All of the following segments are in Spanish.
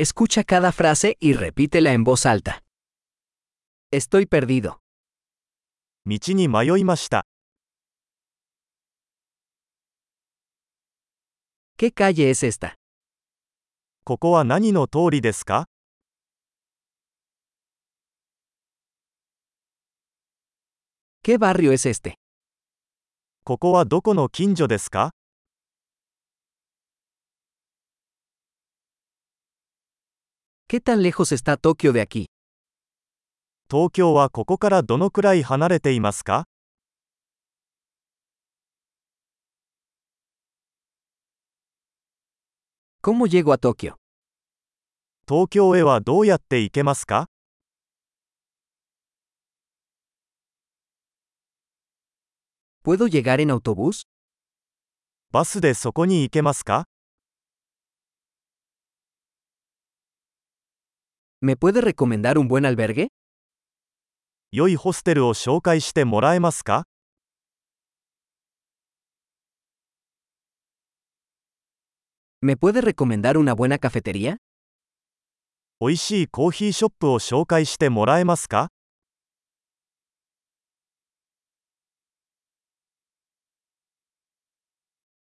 Escucha cada frase y repítela en voz alta. Estoy perdido. 道に迷いました。 ¿Qué calle es esta? ここは何の通りですか ¿Qué barrio es este? ここはどこの近所ですか ¿Qué tan lejos está Tokio de aquí? 東京はここからどのくらい離れていますか ¿Cómo llego a Tokio? 東京へはどうやって行けますか ¿Puedo llegar en autobús? バスでそこに行けますか ¿Me puede recomendar un buen albergue? 良いホステルを紹介してもらえますか ¿Me puede recomendar una buena cafetería? 美味しいコーヒーショップを紹介してもらえますか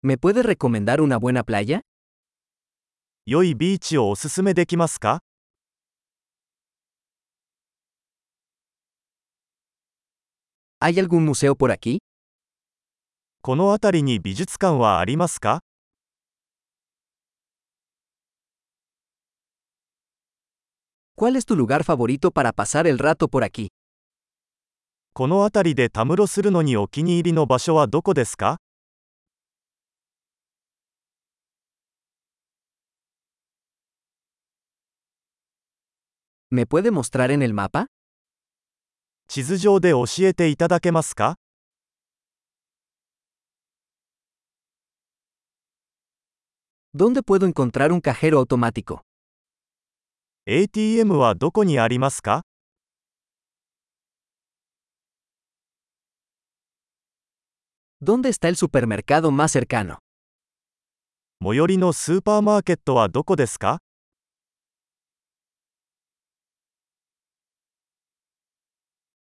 ¿Me puede recomendar una buena playa? 良いビーチをおすすめできますか ¿Hay algún museo por aquí? この辺りに美術館はありますか ¿Cuál es tu lugar favorito para pasar el rato por aquí? この辺りでたむろするのにお気に入りの場所はどこですか ¿Me puede mostrar en el mapa? 地図上で教えていただけますか ¿Dónde puedo encontrar un cajero automático? ATM はどこにありますか ¿Dónde está el supermercado más cercano? 最寄りのスーパーマーケットはどこですか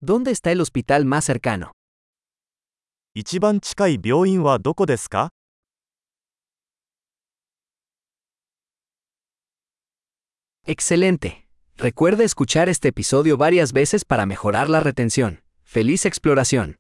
¿Dónde está el hospital más cercano? 一番近い病院はどこですか Excelente. Recuerda escuchar este episodio varias veces para mejorar la retención. ¡Feliz exploración!